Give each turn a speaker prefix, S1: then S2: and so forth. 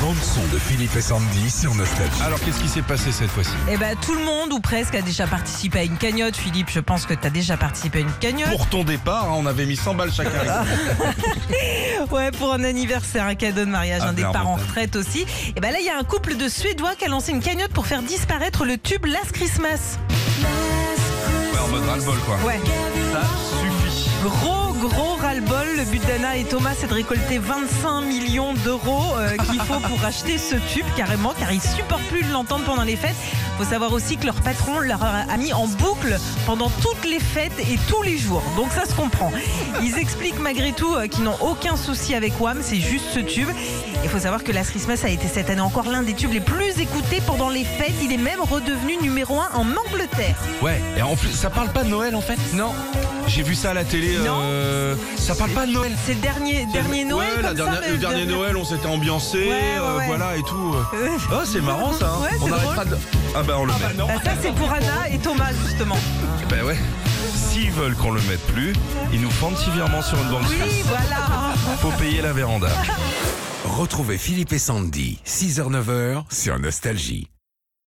S1: bande son de Philippe et Sandy sur Nostalgie.
S2: Alors qu'est-ce qui s'est passé cette fois-ci
S3: Eh ben, tout le monde ou presque a déjà participé à une cagnotte. Philippe, je pense que tu as déjà participé à une cagnotte.
S2: Pour ton départ, hein, on avait mis 100 balles chacun.
S3: Ouais, pour un anniversaire, un cadeau de mariage,
S2: Ah,
S3: un départ
S2: clairement.
S3: en retraite aussi. Et ben là, il y a un couple de Suédois qui a lancé une cagnotte pour faire disparaître le tube Last Christmas.
S2: Ouais, en mode ras-le-bol quoi.
S3: Ouais.
S2: Ça suffit.
S3: Gros, gros ras-le-bol. Le but d'Anna et Thomas, c'est de récolter 25 millions d'euros euh, qu'il faut pour acheter ce tube carrément, car ils supportent plus de l'entendre pendant les fêtes. Faut savoir aussi que leur patron leur a mis en boucle pendant toutes les fêtes et tous les jours. Donc ça se comprend. Ils expliquent malgré tout euh, qu'ils n'ont aucun souci avec WAM, c'est juste ce tube. Il faut savoir que Last Christmas a été cette année encore l'un des tubes les plus écoutés pendant les fêtes. Il est même redevenu numéro un en Angleterre.
S2: Ouais, et en plus, ça parle pas de Noël en fait Non. J'ai vu ça à la télé.
S3: Non.
S2: euh, ça parle pas de Noël.
S3: C'est le dernier, dernier Noël.
S2: Ouais, la
S3: comme ça,
S2: dernière-
S3: mais-
S2: le dernier Noël, on s'était ambiancé,
S3: Ouais, ouais,
S2: euh,
S3: ouais.
S2: voilà et tout. Oh, c'est marrant ça. hein.
S3: Ouais, c'est
S2: on arrêtera de. Ah bah on le met.
S3: Bah, ça, c'est pour Anna et Thomas, justement.
S2: Bah ouais. S'ils veulent qu'on le mette plus, ils nous font un petit virement sur une banque
S3: Oui,
S2: suisse.
S3: voilà.
S2: Faut payer la véranda.
S1: Retrouvez Philippe et Sandy, 6h-9h sur Nostalgie.